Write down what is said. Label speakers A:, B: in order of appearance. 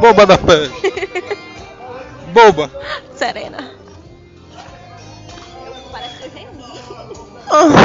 A: Boba da pele. Boba.
B: Serena.
C: Parece desenho.
B: Ah,